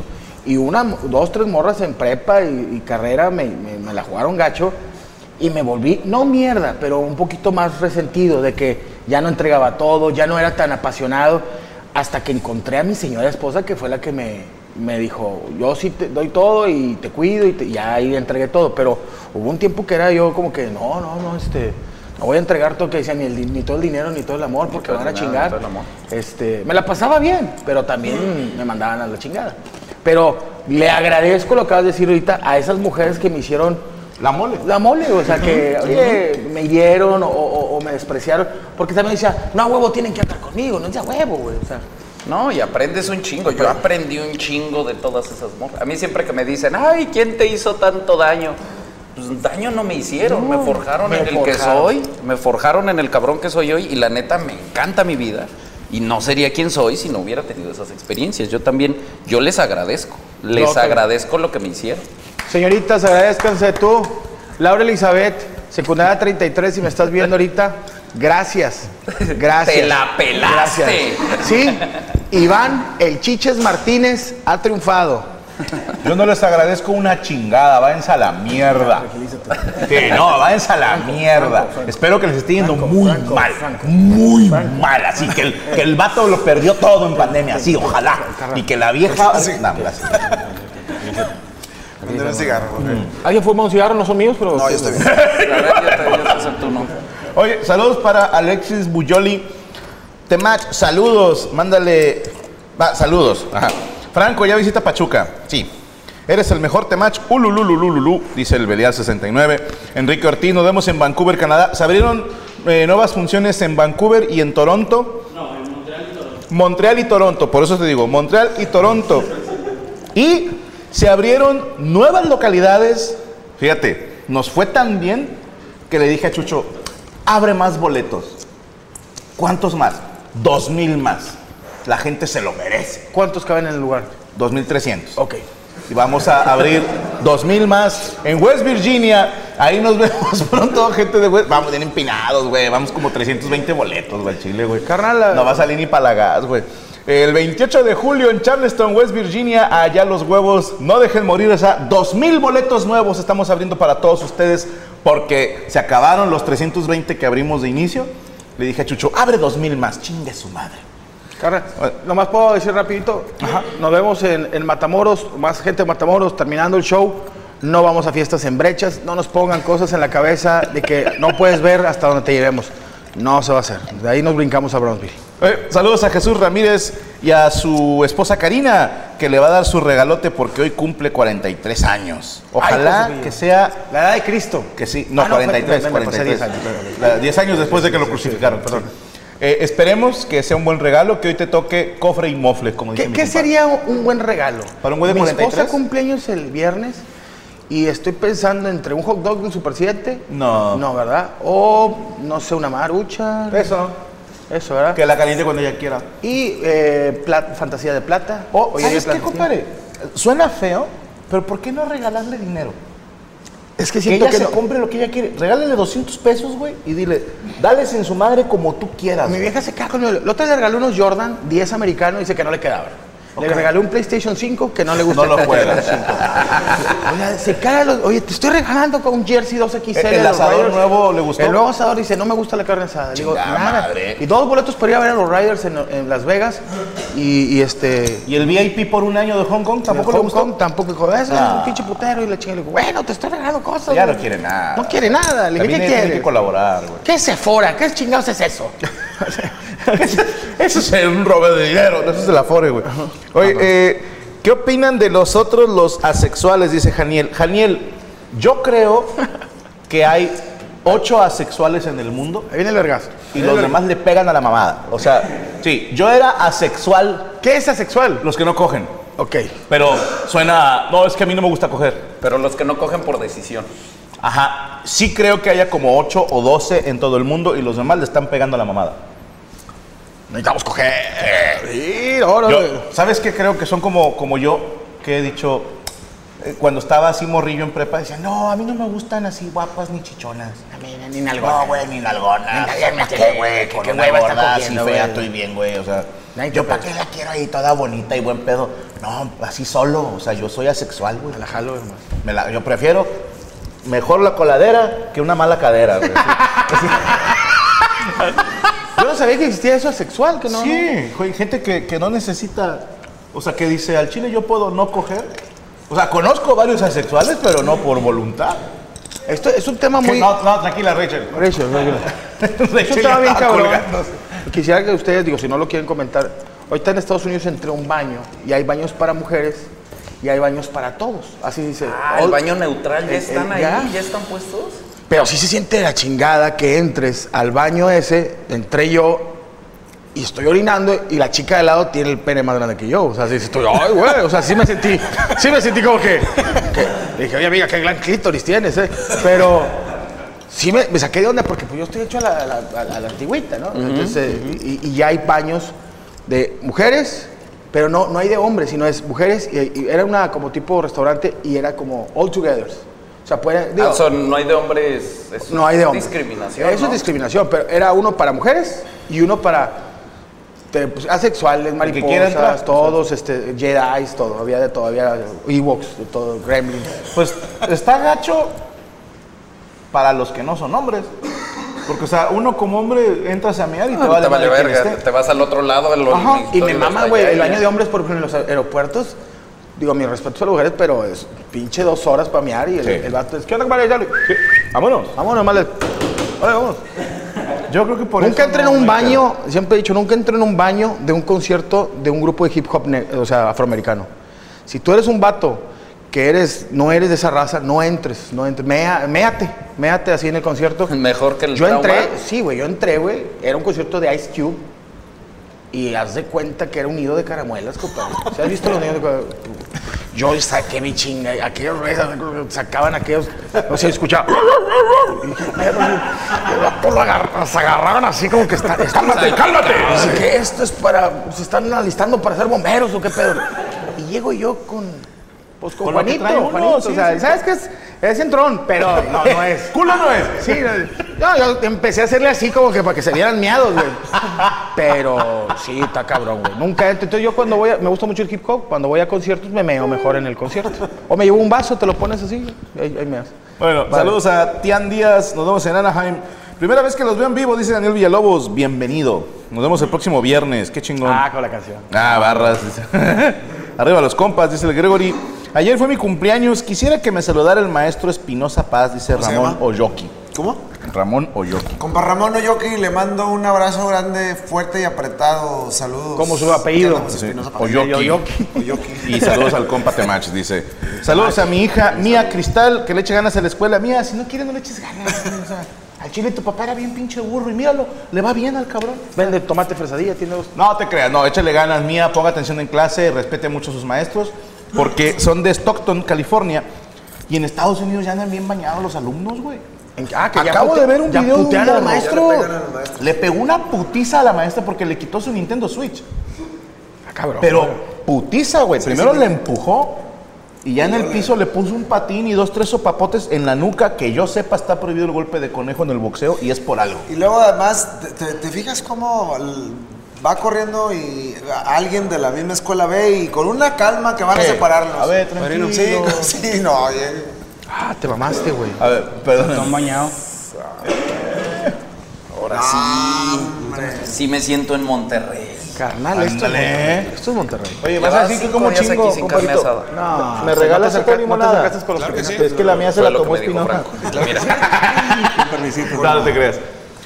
Speaker 3: y una, dos, tres morras en prepa y, y carrera me, me- me la jugaron gacho y me volví, no mierda, pero un poquito más resentido de que ya no entregaba todo, ya no era tan apasionado, hasta que encontré a mi señora esposa que fue la que me, me dijo, yo sí te doy todo y te cuido y te- ya ahí entregué todo, pero hubo un tiempo que era yo como que, no, no, no, este... No voy a entregar todo que decía, ni, el di- ni todo el dinero, ni todo el amor, porque
Speaker 6: todo
Speaker 3: van a
Speaker 6: el dinero, ni
Speaker 3: chingar.
Speaker 6: todo el amor.
Speaker 3: Este, me la pasaba bien, pero también me mandaban a la chingada. Pero le agradezco lo que acabas de decir ahorita a esas mujeres que me hicieron
Speaker 4: La mole.
Speaker 3: la mole, o sea, que oye, me hirieron o, o- o me despreciaron, porque también decía, no, a huevo, tienen que andar conmigo, no es de a huevo, güey, o sea.
Speaker 6: No, y aprendes un chingo. Yo aprendí un chingo de todas esas morras. A mí siempre que me dicen, ay, ¿quién te hizo tanto daño? Pues daño no me hicieron, me forjaron
Speaker 3: me
Speaker 6: en el que
Speaker 3: forjaron.
Speaker 6: soy, me forjaron en el cabrón que soy hoy y la neta me encanta mi vida. Y no sería quien soy si no hubiera tenido esas experiencias. Yo también, yo les agradezco, les
Speaker 3: Ok.
Speaker 6: agradezco lo que me hicieron.
Speaker 3: Señoritas, agradezcanse tú. Laura Elizabeth, secundaria 33, si me estás viendo ahorita, gracias. Gracias.
Speaker 6: Te la pelaste.
Speaker 3: Gracias. Sí, Iván, el Chiches Martínez ha triunfado.
Speaker 4: Yo no les agradezco una chingada, váyanse a la mierda. Sí, no, váyanse a la mierda. Espero que les esté yendo muy mal, muy mal. Así que el, que el vato lo perdió todo en pandemia, así, ojalá. Y que la vieja... No, gracias.
Speaker 5: Prendeme un cigarro. ok.
Speaker 4: mm.
Speaker 3: ¿Alguien fuma un cigarro? No son míos, pero.
Speaker 5: No, yo estoy bien.
Speaker 6: La verdad, yo te- yo te acepto, no.
Speaker 4: Oye, saludos para Alexis Buyoli. Temach, saludos. Mándale. va, saludos. Ajá. Franco, ya visita Pachuca. Sí. Eres el mejor Temach. Ululululululu, dice el Belial 69. Enrique Ortiz, nos vemos en Vancouver, Canadá. Se abrieron eh, nuevas funciones en Vancouver y en Toronto. No, en Montreal y Toronto. Montreal y Toronto, por eso te digo, Montreal y Toronto. Y se abrieron nuevas localidades. Fíjate, nos fue tan bien que le dije a Chucho, abre más boletos. ¿Cuántos más? Dos mil más. La gente se lo merece.
Speaker 3: ¿Cuántos caben en el lugar?
Speaker 4: 2300.
Speaker 3: Ok.
Speaker 4: Y vamos a abrir 2000 más en West Virginia. Ahí nos vemos pronto, gente de West. Vamos bien empinados, güey. Vamos como 320 boletos, güey, al Chile, güey.
Speaker 3: Carnal, la-
Speaker 4: No va a salir ni para la gas, güey. El 28 de julio en Charleston, West Virginia, allá los huevos. No dejen morir esa. 2000 boletos nuevos estamos abriendo para todos ustedes porque se acabaron los 320 que abrimos de inicio. Le dije a Chucho, abre 2000 más. Chingue su madre.
Speaker 3: Carnal, nomás puedo decir rapidito. Nos vemos en, en Matamoros, más gente de Matamoros, terminando el show. no vamos a fiestas en brechas, no nos pongan cosas en la cabeza de que no puedes ver hasta donde te llevemos. No se va a hacer. De ahí nos brincamos a Brownsville.
Speaker 4: Eh, saludos a Jesús Ramírez y a su esposa Karina, que le va a dar su regalote porque hoy cumple 43 años. Ojalá
Speaker 3: José Villa.
Speaker 4: que sea...
Speaker 3: La edad de Cristo.
Speaker 4: Que sí, pues, no,
Speaker 3: Ah, no,
Speaker 4: 43,
Speaker 3: me- me- me pasé
Speaker 4: 43.
Speaker 3: 10 años, perdón.
Speaker 4: La- 10 años después de que lo crucificaron, perdón. Eh, esperemos que sea un buen regalo, que hoy te toque cofre y mofle, como dice
Speaker 3: ¿Qué,
Speaker 4: mi
Speaker 3: qué
Speaker 4: compadre.
Speaker 3: sería un buen regalo?
Speaker 4: ¿Para un güey de
Speaker 3: Mi
Speaker 4: 43?
Speaker 3: esposa cumpleaños el viernes y estoy pensando entre un hot dog del Super 7.
Speaker 4: No.
Speaker 3: No, ¿verdad? O, no sé, una marucha.
Speaker 4: Eso,
Speaker 3: Eso, ¿verdad?
Speaker 4: que la caliente cuando ella quiera.
Speaker 3: Y eh, pla- fantasía de plata.
Speaker 4: Oh,
Speaker 3: Oye,
Speaker 4: ¿Sabes
Speaker 3: de
Speaker 4: qué,
Speaker 3: plata,
Speaker 4: compadre? Suena feo, pero ¿por qué no regalarle dinero?
Speaker 3: sí. Es que
Speaker 4: Que
Speaker 3: siento
Speaker 4: ella
Speaker 3: que,
Speaker 4: se
Speaker 3: no-
Speaker 4: compre lo que ella quiere. Regálale 200 pesos, güey, y dile, dales en su madre como tú quieras.
Speaker 3: Mi
Speaker 4: güey.
Speaker 3: vieja se caga con el... La otra le regaló unos Jordan 10 americanos y dice que no le quedaban. Le regalé un PlayStation 5 que no le gustó.
Speaker 4: No lo
Speaker 3: el
Speaker 4: juega.
Speaker 3: PlayStation 5. Oye, se caga los- Oye, te estoy regalando con un jersey 2XL.
Speaker 4: ¿El- el
Speaker 3: de los
Speaker 4: asador
Speaker 3: Raiders.
Speaker 4: nuevo le gustó?
Speaker 3: El nuevo asador dice, no me gusta la carne asada. Le digo,
Speaker 4: Chingada
Speaker 3: nada.
Speaker 4: madre.
Speaker 3: Y dos boletos para ir a ver a los Riders en, en Las Vegas. Y, y este...
Speaker 4: Y el VIP por un año de Hong Kong tampoco
Speaker 3: Hong
Speaker 4: le gustó.
Speaker 3: Kong tampoco dijo, es
Speaker 4: Ah.
Speaker 3: un pinche putero y la chingada. Le digo, bueno, te estoy regalando cosas.
Speaker 4: Ya
Speaker 3: güey.
Speaker 4: no quiere nada.
Speaker 3: No quiere nada. Le dije,
Speaker 4: También
Speaker 3: ¿qué
Speaker 4: ella tiene
Speaker 3: quiere?
Speaker 4: que colaborar, güey.
Speaker 3: ¿Qué es Sephora? ¿Qué chingados es eso?
Speaker 4: Eso es un robo de dinero. Eso es el Afore, güey. Oye, eh, ¿qué opinan de nosotros los asexuales? Dice Janiel. Janiel, yo creo que hay ocho asexuales en el mundo
Speaker 3: Ahí viene el vergazo.
Speaker 4: y los demás le pegan a la mamada. O sea, sí, yo era asexual,
Speaker 3: ¿Qué es asexual?
Speaker 4: los que no cogen.
Speaker 3: Ok.
Speaker 4: Pero suena, no, es que a mí no me gusta coger.
Speaker 6: Pero los que no cogen por decisión.
Speaker 4: Ajá, sí creo que haya como ocho o doce en todo el mundo y los demás le están pegando a la mamada.
Speaker 3: Necesitamos coger. Sí, no, no,
Speaker 4: Yo-
Speaker 3: no.
Speaker 4: ¿Sabes qué? Creo que son como, como yo, que he dicho, eh, cuando estaba así morrillo en prepa, decía, no, a mí no me gustan así guapas ni chichonas.
Speaker 3: Ni
Speaker 4: No, güey,
Speaker 3: Ni
Speaker 4: ni nalgonas.
Speaker 3: nalgonas,
Speaker 4: ¿Para
Speaker 3: que-
Speaker 4: qué, güey?
Speaker 3: que-
Speaker 4: Con
Speaker 3: que
Speaker 4: una
Speaker 3: hueva está
Speaker 4: gorda así
Speaker 3: cogiendo,
Speaker 4: fea
Speaker 3: güey.
Speaker 4: estoy bien, güey. O sea,
Speaker 3: Nadie te
Speaker 4: yo para
Speaker 3: pega.
Speaker 4: qué la quiero ahí toda bonita y buen pedo. No, así solo. O sea, yo soy asexual, güey.
Speaker 3: La jalo, hermano.
Speaker 4: Me la- yo prefiero mejor la coladera que una mala cadera, güey.
Speaker 3: Yo no sabía que existía eso asexual, que no.
Speaker 4: Sí, güey, gente que, que no necesita, o sea, que dice, al chile yo puedo no coger. O sea, conozco varios asexuales, pero no por voluntad.
Speaker 3: Esto es un tema muy.
Speaker 4: No, no, tranquila, Rachel.
Speaker 3: Rachel, Rachel. Es
Speaker 4: Rachel
Speaker 3: un
Speaker 4: ya
Speaker 3: tema bien
Speaker 4: estaba
Speaker 3: cabrón.
Speaker 4: colgándose.
Speaker 3: Quisiera que ustedes, digo, si no lo quieren comentar. Ahorita en Estados Unidos entré a un baño y hay baños para mujeres y hay baños para todos. Así dice.
Speaker 6: Ah, el
Speaker 3: All-
Speaker 6: baño neutral,
Speaker 3: el-
Speaker 6: ¿ya están
Speaker 3: el-
Speaker 6: ahí?
Speaker 3: eh, ya.
Speaker 6: ¿Ya están puestos?
Speaker 3: Pero sí se siente la chingada que entres al baño ese, entré yo y estoy orinando y la chica de lado tiene el pene más grande que yo. O sea, sí estoy, ay, güey. O sea, sí me sentí, sí me sentí como que, que- le dije, oye, amiga, qué gran clítoris tienes, ¿eh? Pero sí me, me saqué de onda porque pues, yo estoy hecho a la, a la- a la- a la antigüita, ¿no? Entonces, eh, y, y ya hay baños de mujeres, pero no, no hay de hombres, sino es mujeres. Y, y era una como tipo restaurante y era como all together. O sea, pueden, digo,
Speaker 6: Ah, son- no hay de hombres. eso
Speaker 3: no hay de
Speaker 6: es
Speaker 3: hombres.
Speaker 6: Discriminación.
Speaker 3: Eso
Speaker 6: ¿no?
Speaker 3: es discriminación, pero era uno para mujeres y uno para te- pues, asexuales,
Speaker 4: que quiera entrar.
Speaker 3: mariposas, todos, este, Jedi, todo. Había de todo, había Ewoks, de todo, Gremlins.
Speaker 4: Pues está gacho para los que no son hombres. Porque, o sea, uno como hombre entras a mirar y te
Speaker 6: No,
Speaker 4: vale
Speaker 6: Ah, te vale
Speaker 4: madre quién
Speaker 6: verga,
Speaker 4: esté.
Speaker 6: te vas al otro lado. al
Speaker 3: Ajá, Y me
Speaker 6: auditorio,
Speaker 3: mama,
Speaker 6: hasta
Speaker 3: güey,
Speaker 6: allá, ¿eh?
Speaker 3: el
Speaker 6: ya.
Speaker 3: baño de hombres, por ejemplo, en los aeropuertos. Digo, mi respeto a las mujeres, pero es pinche dos horas para mear y el,
Speaker 4: Sí.
Speaker 3: el vato es, ¿qué onda, compadre? Dale.
Speaker 4: Vámonos.
Speaker 3: Vámonos, males. Órale, vámonos.
Speaker 4: Yo creo que por
Speaker 3: nunca
Speaker 4: eso
Speaker 3: entré
Speaker 4: no
Speaker 3: en un
Speaker 4: me
Speaker 3: baño, siempre he dicho, nunca entré en un baño de un concierto de un grupo de hip hop, ne- o sea, afroamericano. Si tú eres un vato que eres, no eres de esa raza, no entres, no entres, mea- méate, méate así en el concierto.
Speaker 6: Mejor que el
Speaker 3: Yo entré,
Speaker 6: trauma.
Speaker 3: sí, güey, yo entré, güey, era un concierto de Ice Cube y haz de cuenta que era un nido de caramuelas, compadre. ¿Sí ¿Has visto los nidos de caramuelas? Yo saqué mi chinga, aquellos rezas, sacaban aquellos, no se escuchaba. Y dije, "Pero, el vato lo agarra- se agarraban así como que está, cálmate, cálmate. Dice que esto es para, se están alistando para ser bomberos o qué pedo. Y llego yo con, pues con,
Speaker 4: Con lo que
Speaker 3: Juanito,
Speaker 4: trae uno,
Speaker 3: Juanito,
Speaker 4: sí,
Speaker 3: o sea,
Speaker 4: sí.
Speaker 3: ¿sabes qué es? Es entrón, pero no, no es.
Speaker 4: Culo no es.
Speaker 3: Sí, no, no, yo empecé a hacerle así como que para que se vieran miados, güey. Pero sí, está cabrón, güey. Nunca entro. Entonces yo cuando voy, a- me gusta mucho el hip hop, cuando voy a conciertos me meo mejor en el concierto. O me llevo un vaso, te lo pones así, ahí, ahí meas.
Speaker 4: Bueno,
Speaker 3: Vale.
Speaker 4: saludos a Tian Díaz, nos vemos en Anaheim. Primera vez que los veo en vivo, dice Daniel Villalobos, bienvenido. Nos vemos el próximo viernes, qué chingón.
Speaker 3: Ah,
Speaker 4: Ah,
Speaker 3: con la canción.
Speaker 4: barras. dice. Arriba los compas, dice el Gregory. Ayer fue mi cumpleaños. Quisiera que me saludara el maestro Espinosa Paz, dice
Speaker 5: ¿Cómo se
Speaker 4: Ramón
Speaker 5: llama?
Speaker 4: Oyoki.
Speaker 5: ¿Cómo?
Speaker 4: Ramón Oyoki.
Speaker 5: Compa Ramón Oyoki, le mando un abrazo grande, fuerte y apretado. Saludos.
Speaker 3: Como su apellido.
Speaker 5: Aquí andamos, Espinosa Paz.
Speaker 4: Oyoki.
Speaker 5: Oyoki.
Speaker 4: Y saludos al compa Temach, dice. Saludos a mi hija Mía Cristal, que le eche ganas a la escuela. Mía, si no quieres, no le eches ganas. güey, o sea, al chile tu papá era bien pinche burro y míralo, le va bien al cabrón.
Speaker 3: Vende tomate fresadilla, tiene dos.
Speaker 4: No te creas, no, échale ganas, mía, ponga atención en clase, respete mucho a sus maestros, porque son de Stockton, California, y en Estados Unidos ya andan bien bañados los alumnos, güey.
Speaker 3: Ah, que ya
Speaker 4: Acabo
Speaker 3: pute-
Speaker 4: de ver un
Speaker 3: ya
Speaker 4: video de un
Speaker 3: putearon al
Speaker 4: vato-
Speaker 3: maestro.
Speaker 5: Ya le pegan al maestro.
Speaker 4: Le pegó una putiza a la maestra porque le quitó su Nintendo Switch.
Speaker 3: Ah, cabrón.
Speaker 4: Pero putiza, güey. Primero le empujó y ya en el piso le puso un patín y dos, tres sopapotes en la nuca. Que yo sepa, está prohibido el golpe de conejo en el boxeo y es por algo.
Speaker 5: Y luego además, te, te- te fijas cómo el- va corriendo y a- alguien de la misma escuela ve y con una calma que van a
Speaker 4: Eh,
Speaker 5: separarlos.
Speaker 4: a ver, tranquilo.
Speaker 5: Sí, sí, no, oye.
Speaker 3: Ah, te mamaste, güey.
Speaker 4: A ver,
Speaker 6: Todo
Speaker 4: perdón.
Speaker 6: bañado. Ahora
Speaker 3: Ah,
Speaker 6: sí. Sí me siento en Monterrey.
Speaker 3: Carnal, esto es,
Speaker 4: Ándale.
Speaker 3: Monterrey. esto es Monterrey.
Speaker 4: Oye,
Speaker 6: vas a decir que como chingo, compadrito.
Speaker 3: No,
Speaker 4: ¿Me regalas
Speaker 3: no te
Speaker 4: otra
Speaker 3: acerca- no te
Speaker 4: limonada?
Speaker 3: acercaste con los
Speaker 4: Claro que sí.
Speaker 3: picantes. Es que la mía se
Speaker 6: Fue
Speaker 3: la
Speaker 6: lo que
Speaker 3: tomó
Speaker 6: me dijo
Speaker 3: Espinosa.
Speaker 6: Franco. Mira,
Speaker 4: No, no te creas.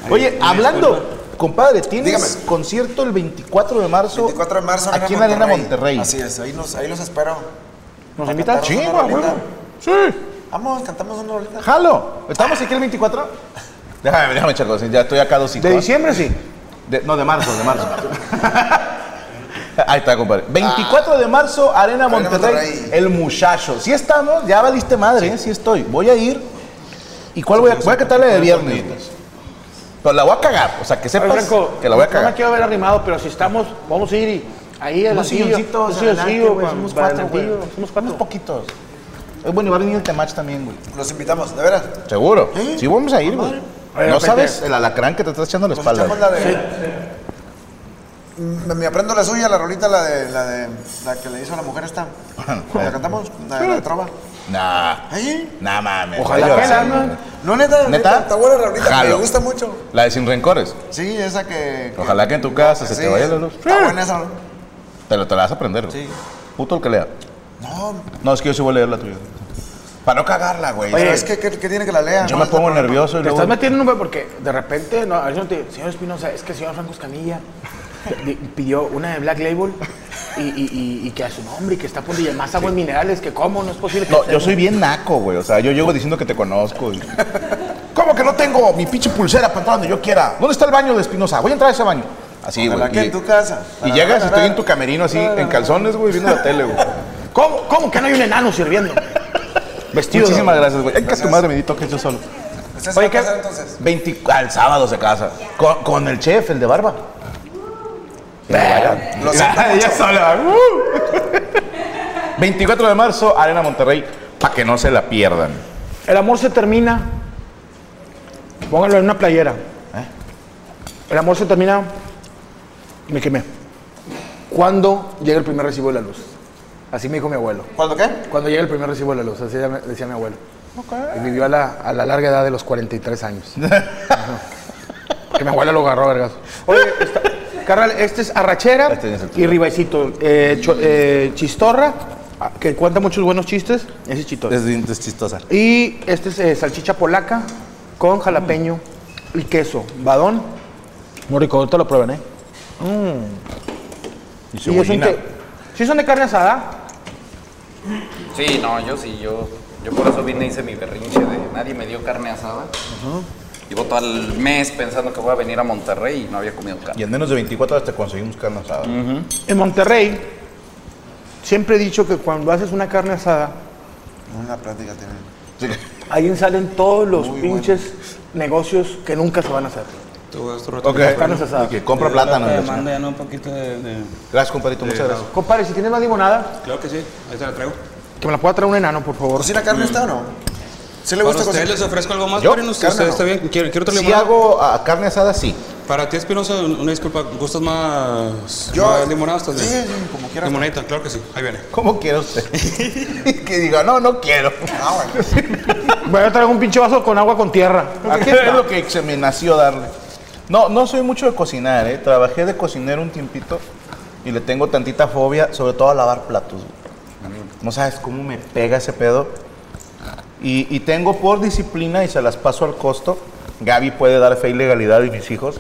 Speaker 4: Oye, hablando, compadre, tienes
Speaker 5: Dígame.
Speaker 4: concierto el 24 de marzo.
Speaker 5: 24 de marzo.
Speaker 4: Aquí en la Arena Monterrey.
Speaker 5: Así es, ahí, nos, ahí los espero.
Speaker 3: ¿Nos
Speaker 5: Para
Speaker 3: invitas?
Speaker 5: cantarnos
Speaker 4: Sí,
Speaker 5: una
Speaker 4: güey,
Speaker 5: rolita.
Speaker 4: güey. Sí.
Speaker 5: Vamos, cantamos una rolita.
Speaker 4: Jalo. ¿Estamos aquí el 24? Déjame, déjame checo, sí, ya estoy acá dos
Speaker 3: De diciembre sí.
Speaker 4: De- no, de marzo, de marzo. Ahí está, compadre. 24 de marzo, Arena Monterrey,
Speaker 5: Monterrey.
Speaker 4: El Muchacho. Si estamos, ya valiste madre, ¿eh? sí estoy. Voy a ir. ¿Y cuál voy a, voy a cantar la de viernes? güey. Pero la voy a cagar, o sea, que sepas
Speaker 3: Oye, Franco,
Speaker 4: que la voy a
Speaker 3: No me
Speaker 4: cagar.
Speaker 3: quiero ver arrimado, pero si estamos, vamos a ir y ahí al
Speaker 4: Unos
Speaker 3: latillo,
Speaker 4: silloncitos
Speaker 3: un
Speaker 4: adelante,
Speaker 3: silloncillo,
Speaker 4: güey,
Speaker 3: pa-
Speaker 4: somos
Speaker 3: para
Speaker 4: cuatro,
Speaker 3: el
Speaker 4: güey.
Speaker 3: latillo, Somos cuatro.
Speaker 4: Unos poquitos. Eh, bueno, y va a venir el Temach también, güey.
Speaker 5: Los invitamos, de veras.
Speaker 4: Seguro. Sí, ¿Eh? vamos a ir, güey.
Speaker 3: Oye, pendejo.
Speaker 4: No sabes el alacrán que te estás echando a la
Speaker 5: Nos
Speaker 4: espalda.
Speaker 5: echamos Pues la de. Mm, Me, me aprendo la suya, la rolita, la de la de la que le hizo a la mujer esta. ¿La cantamos? La de la trova.
Speaker 4: Nah.
Speaker 5: ¿Eh?
Speaker 4: Nah, mames.
Speaker 3: Ojalá
Speaker 4: Ay,
Speaker 3: que la
Speaker 4: ahora sí.
Speaker 3: armen.
Speaker 5: No, neta,
Speaker 4: ¿Neta?
Speaker 5: neta, está buena la rolita, me
Speaker 4: Jalo.
Speaker 5: gusta mucho.
Speaker 4: La de sin rencores.
Speaker 5: Sí, esa que.
Speaker 4: Ojalá que en tu casa se te vaya la luz.
Speaker 5: Está buena esa. ¿no?
Speaker 4: Te la, te la vas a aprender, güey.
Speaker 5: Sí.
Speaker 4: Puto el que lea.
Speaker 5: No,
Speaker 4: No, es que yo sí voy a leer la tuya. Para no cagarla, güey.
Speaker 5: pero es que, ¿qué, qué tiene que la lea?
Speaker 4: yo
Speaker 5: ¿no?
Speaker 4: me pongo nervioso
Speaker 3: Te
Speaker 4: y luego...
Speaker 3: estás metiendo en un güey porque de repente, no, a veces no te digo, señor Espinosa, es que el señor Franco Escamilla di- pidió una de Black Label y, y- y- y que a su nombre y que está por más aguas minerales, que cómo, no es posible que
Speaker 4: No,
Speaker 3: esté-
Speaker 4: yo soy bien naco, güey. O sea, yo llego diciendo que te conozco. y- ¿Cómo que no tengo mi pinche pulsera para entrar donde yo quiera? ¿Dónde está el baño de Espinosa? Voy a entrar a ese baño. Así, güey.
Speaker 5: Ojalá que
Speaker 4: Y-
Speaker 5: en tu casa.
Speaker 4: Y llegas y estoy en tu camerino así, en calzones, güey, viendo la tele, güey.
Speaker 3: ¿Cómo, cómo que no hay un enano sirviendo? Vestido. de-
Speaker 4: Muchísimas gracias, güey. Ay, que tu madre me di toques yo solo.
Speaker 5: ¿Estás
Speaker 3: Oye,
Speaker 5: en
Speaker 3: ¿qué-
Speaker 5: casa entonces?
Speaker 4: 20, al sábado se casa. Con, con el chef, el de barba.
Speaker 5: Lo siento
Speaker 4: Ay, ya sola. Uh. 24 de marzo, Arena Monterrey, para que no se la pierdan.
Speaker 3: El amor se termina. Pónganlo en una playera. El amor se termina. Me quemé. ¿Cuándo llega el primer recibo de la luz? Así me dijo mi abuelo.
Speaker 5: ¿Cuándo qué?
Speaker 3: Cuando llega el primer recibo de la luz, así me- decía mi abuelo. Y vivió a la, a la larga edad de los 43 años. Ajá. que mi abuela lo agarró, a vergas. Oye, esta- carnal, este es arrachera
Speaker 4: Este es el tuyo.
Speaker 3: y ribecito. Eh, cho- eh, chistorra, ah, que cuenta muchos buenos chistes. Ese es chistorra.
Speaker 4: Es, es chistosa.
Speaker 3: Y este es eh, salchicha polaca con jalapeño y queso. Badón. Muy rico, ahorita lo prueben, ¿eh?
Speaker 4: Y
Speaker 3: Y es un
Speaker 4: cebollina.
Speaker 3: te- Sí son de carne asada,
Speaker 6: Sí, no, yo sí, yo, yo por eso vine y hice mi berrinche de nadie me dio carne asada. Llevo todo el mes pensando que voy a venir a Monterrey y no había comido
Speaker 4: Y
Speaker 6: carne.
Speaker 4: en menos de 24 horas te conseguimos carne asada.
Speaker 3: en Monterrey, siempre he dicho que cuando haces una carne asada,
Speaker 5: Una plática tiene.
Speaker 4: Sí.
Speaker 3: ahí salen todos los
Speaker 5: Muy
Speaker 3: pinches negocios que nunca se van a hacer.
Speaker 4: Ok.
Speaker 3: Carnes asadas.
Speaker 4: Y que compra plátano. y la chingada.
Speaker 8: ya no un poquito de, de-
Speaker 4: Gracias, compadrito. Muchas gracias.
Speaker 3: Compadre, si tienes más limonada,
Speaker 8: Claro que sí, ahí se la traigo.
Speaker 3: que me la pueda traer un enano, por favor.
Speaker 5: ¿Cocina carne
Speaker 4: Mm.
Speaker 5: esta o no? ¿Sí le
Speaker 8: Para
Speaker 5: gusta
Speaker 8: ustedes
Speaker 5: cocinar?
Speaker 8: les ofrezco algo más,
Speaker 4: ¿Yo?
Speaker 8: Mariano, usted-
Speaker 5: Carne,
Speaker 8: usted
Speaker 5: no.
Speaker 8: está bien. ¿Quiere, quiere otra
Speaker 4: Si
Speaker 8: limonada?
Speaker 4: hago ah, carne asada, sí.
Speaker 8: Para ti, Espinosa, un- una disculpa, ¿gustas más,
Speaker 5: Yo-
Speaker 8: más limonada? ¿Estás bien?
Speaker 5: Sí, sí, como quieras.
Speaker 8: Limoneta, claro que sí, ahí viene.
Speaker 4: ¿Cómo quiere usted? Y que diga, no, no quiero.
Speaker 5: Ah, bueno.
Speaker 3: Voy a traer un pinche vaso con agua con tierra.
Speaker 4: Aquí es lo que se me nació darle. No, no soy mucho de cocinar, ¿eh? Trabajé de cocinero un tiempito y le tengo tantita fobia, sobre todo a lavar platos. güey. No sabes cómo me pega ese pedo. Y, y tengo por disciplina, y se las paso al costo, Gaby puede dar fe y legalidad y mis hijos,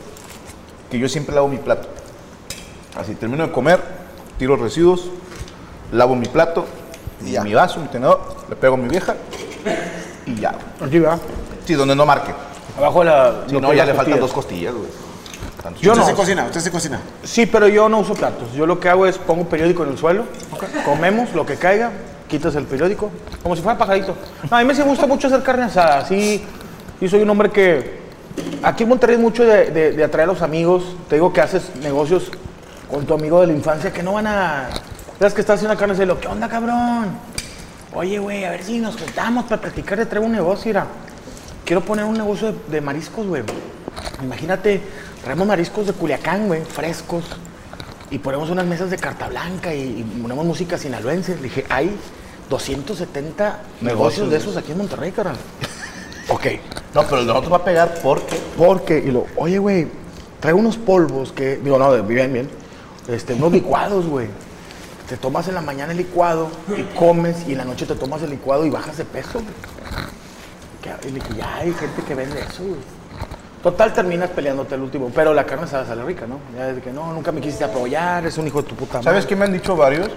Speaker 4: que yo siempre lavo mi plato. Así termino de comer, tiro residuos, lavo mi plato, y mi vaso, mi tenedor, le pego a mi vieja y ya. güey.
Speaker 3: Así va.
Speaker 4: Sí, donde no marque.
Speaker 3: Abajo de la.
Speaker 4: Si
Speaker 3: lo
Speaker 4: no,
Speaker 3: que
Speaker 4: ya
Speaker 3: es la
Speaker 4: le faltan
Speaker 3: costilla.
Speaker 4: dos costillas, güey. Tanto-
Speaker 3: Yo
Speaker 5: usted
Speaker 3: no.
Speaker 5: se cocina, usted se cocina.
Speaker 3: Sí, pero yo no uso platos. Yo lo que hago es pongo un periódico en el suelo, comemos lo que caiga, quitas el periódico, como si fuera pajarito. No, a mí me gusta mucho hacer carne asada. Sí, yo soy un hombre que. Aquí en Monterrey es mucho de, de- de atraer a los amigos. Te digo que haces negocios con tu amigo de la infancia que no van a. Sabes que estás haciendo carne asada y lo, ¿qué onda, cabrón? Oye, güey, a ver si nos juntamos para platicar, te traigo un negocio, mira. Quiero poner un negocio de, de mariscos, güey. Imagínate, traemos mariscos de Culiacán, güey, frescos. Y ponemos unas mesas de carta blanca y, y ponemos música sinaloense. Le dije, hay 270 negocios,
Speaker 4: Negocios,
Speaker 3: de
Speaker 4: güey.
Speaker 3: esos aquí en Monterrey, carnal. ok.
Speaker 4: No, pero el de nosotros va a pegar porque.
Speaker 3: Porque, y lo, oye, güey, traigo unos polvos que, digo, no, bien, bien, este, unos licuados, güey. Te tomas en la mañana el licuado y comes, y en la noche te tomas el licuado y bajas de peso, güey. Que- Y le dije, ya hay gente que vende eso, güey. Total, terminas peleándote el último, pero la carne sabe sale rica, ¿no? Ya desde que no, nunca me quisiste apoyar, es un hijo de tu puta madre.
Speaker 4: ¿Sabes qué me han dicho varios?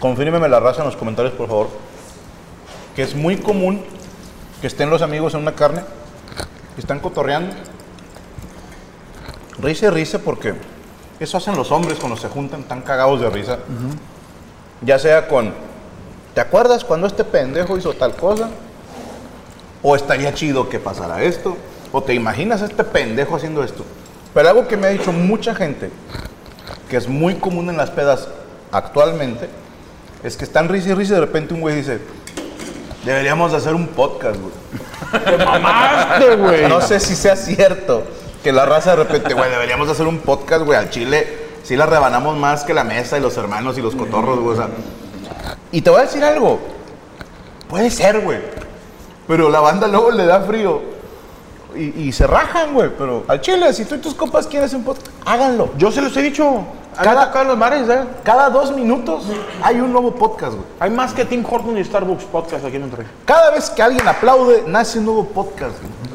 Speaker 4: Confírmeme la raza en los comentarios, por favor. Que es muy común que estén los amigos en una carne, que están cotorreando. Risa y risa porque eso hacen los hombres cuando se juntan tan cagados de risa. Ya sea con, ¿te acuerdas cuando este pendejo hizo tal cosa? o estaría chido que pasara esto, o te imaginas a este pendejo haciendo esto. Pero algo que me ha dicho mucha gente, que es muy común en las pedas actualmente, es que están risa y risa y de repente un güey dice, deberíamos de hacer un podcast, güey.
Speaker 3: ¡Mamaste, güey!
Speaker 4: No sé si sea cierto que la raza de repente, güey, deberíamos de hacer un podcast, güey, al chile. Sí la rebanamos más que la mesa y los hermanos y los cotorros, güey. o sea. Y te voy a decir algo. Puede ser, güey. Pero la banda luego le da frío. Y, y se rajan, güey. Pero al chile, si tú y tus compas quieren hacer un podcast, háganlo.
Speaker 3: Yo se los he dicho,
Speaker 4: Cada-
Speaker 3: cada acá en los bares, ¿eh?
Speaker 4: Cada dos minutos hay un nuevo podcast, güey.
Speaker 3: Hay más que Tim Hortons y Starbucks podcast aquí en Monterrey.
Speaker 4: Cada vez que alguien aplaude, nace un nuevo podcast. güey.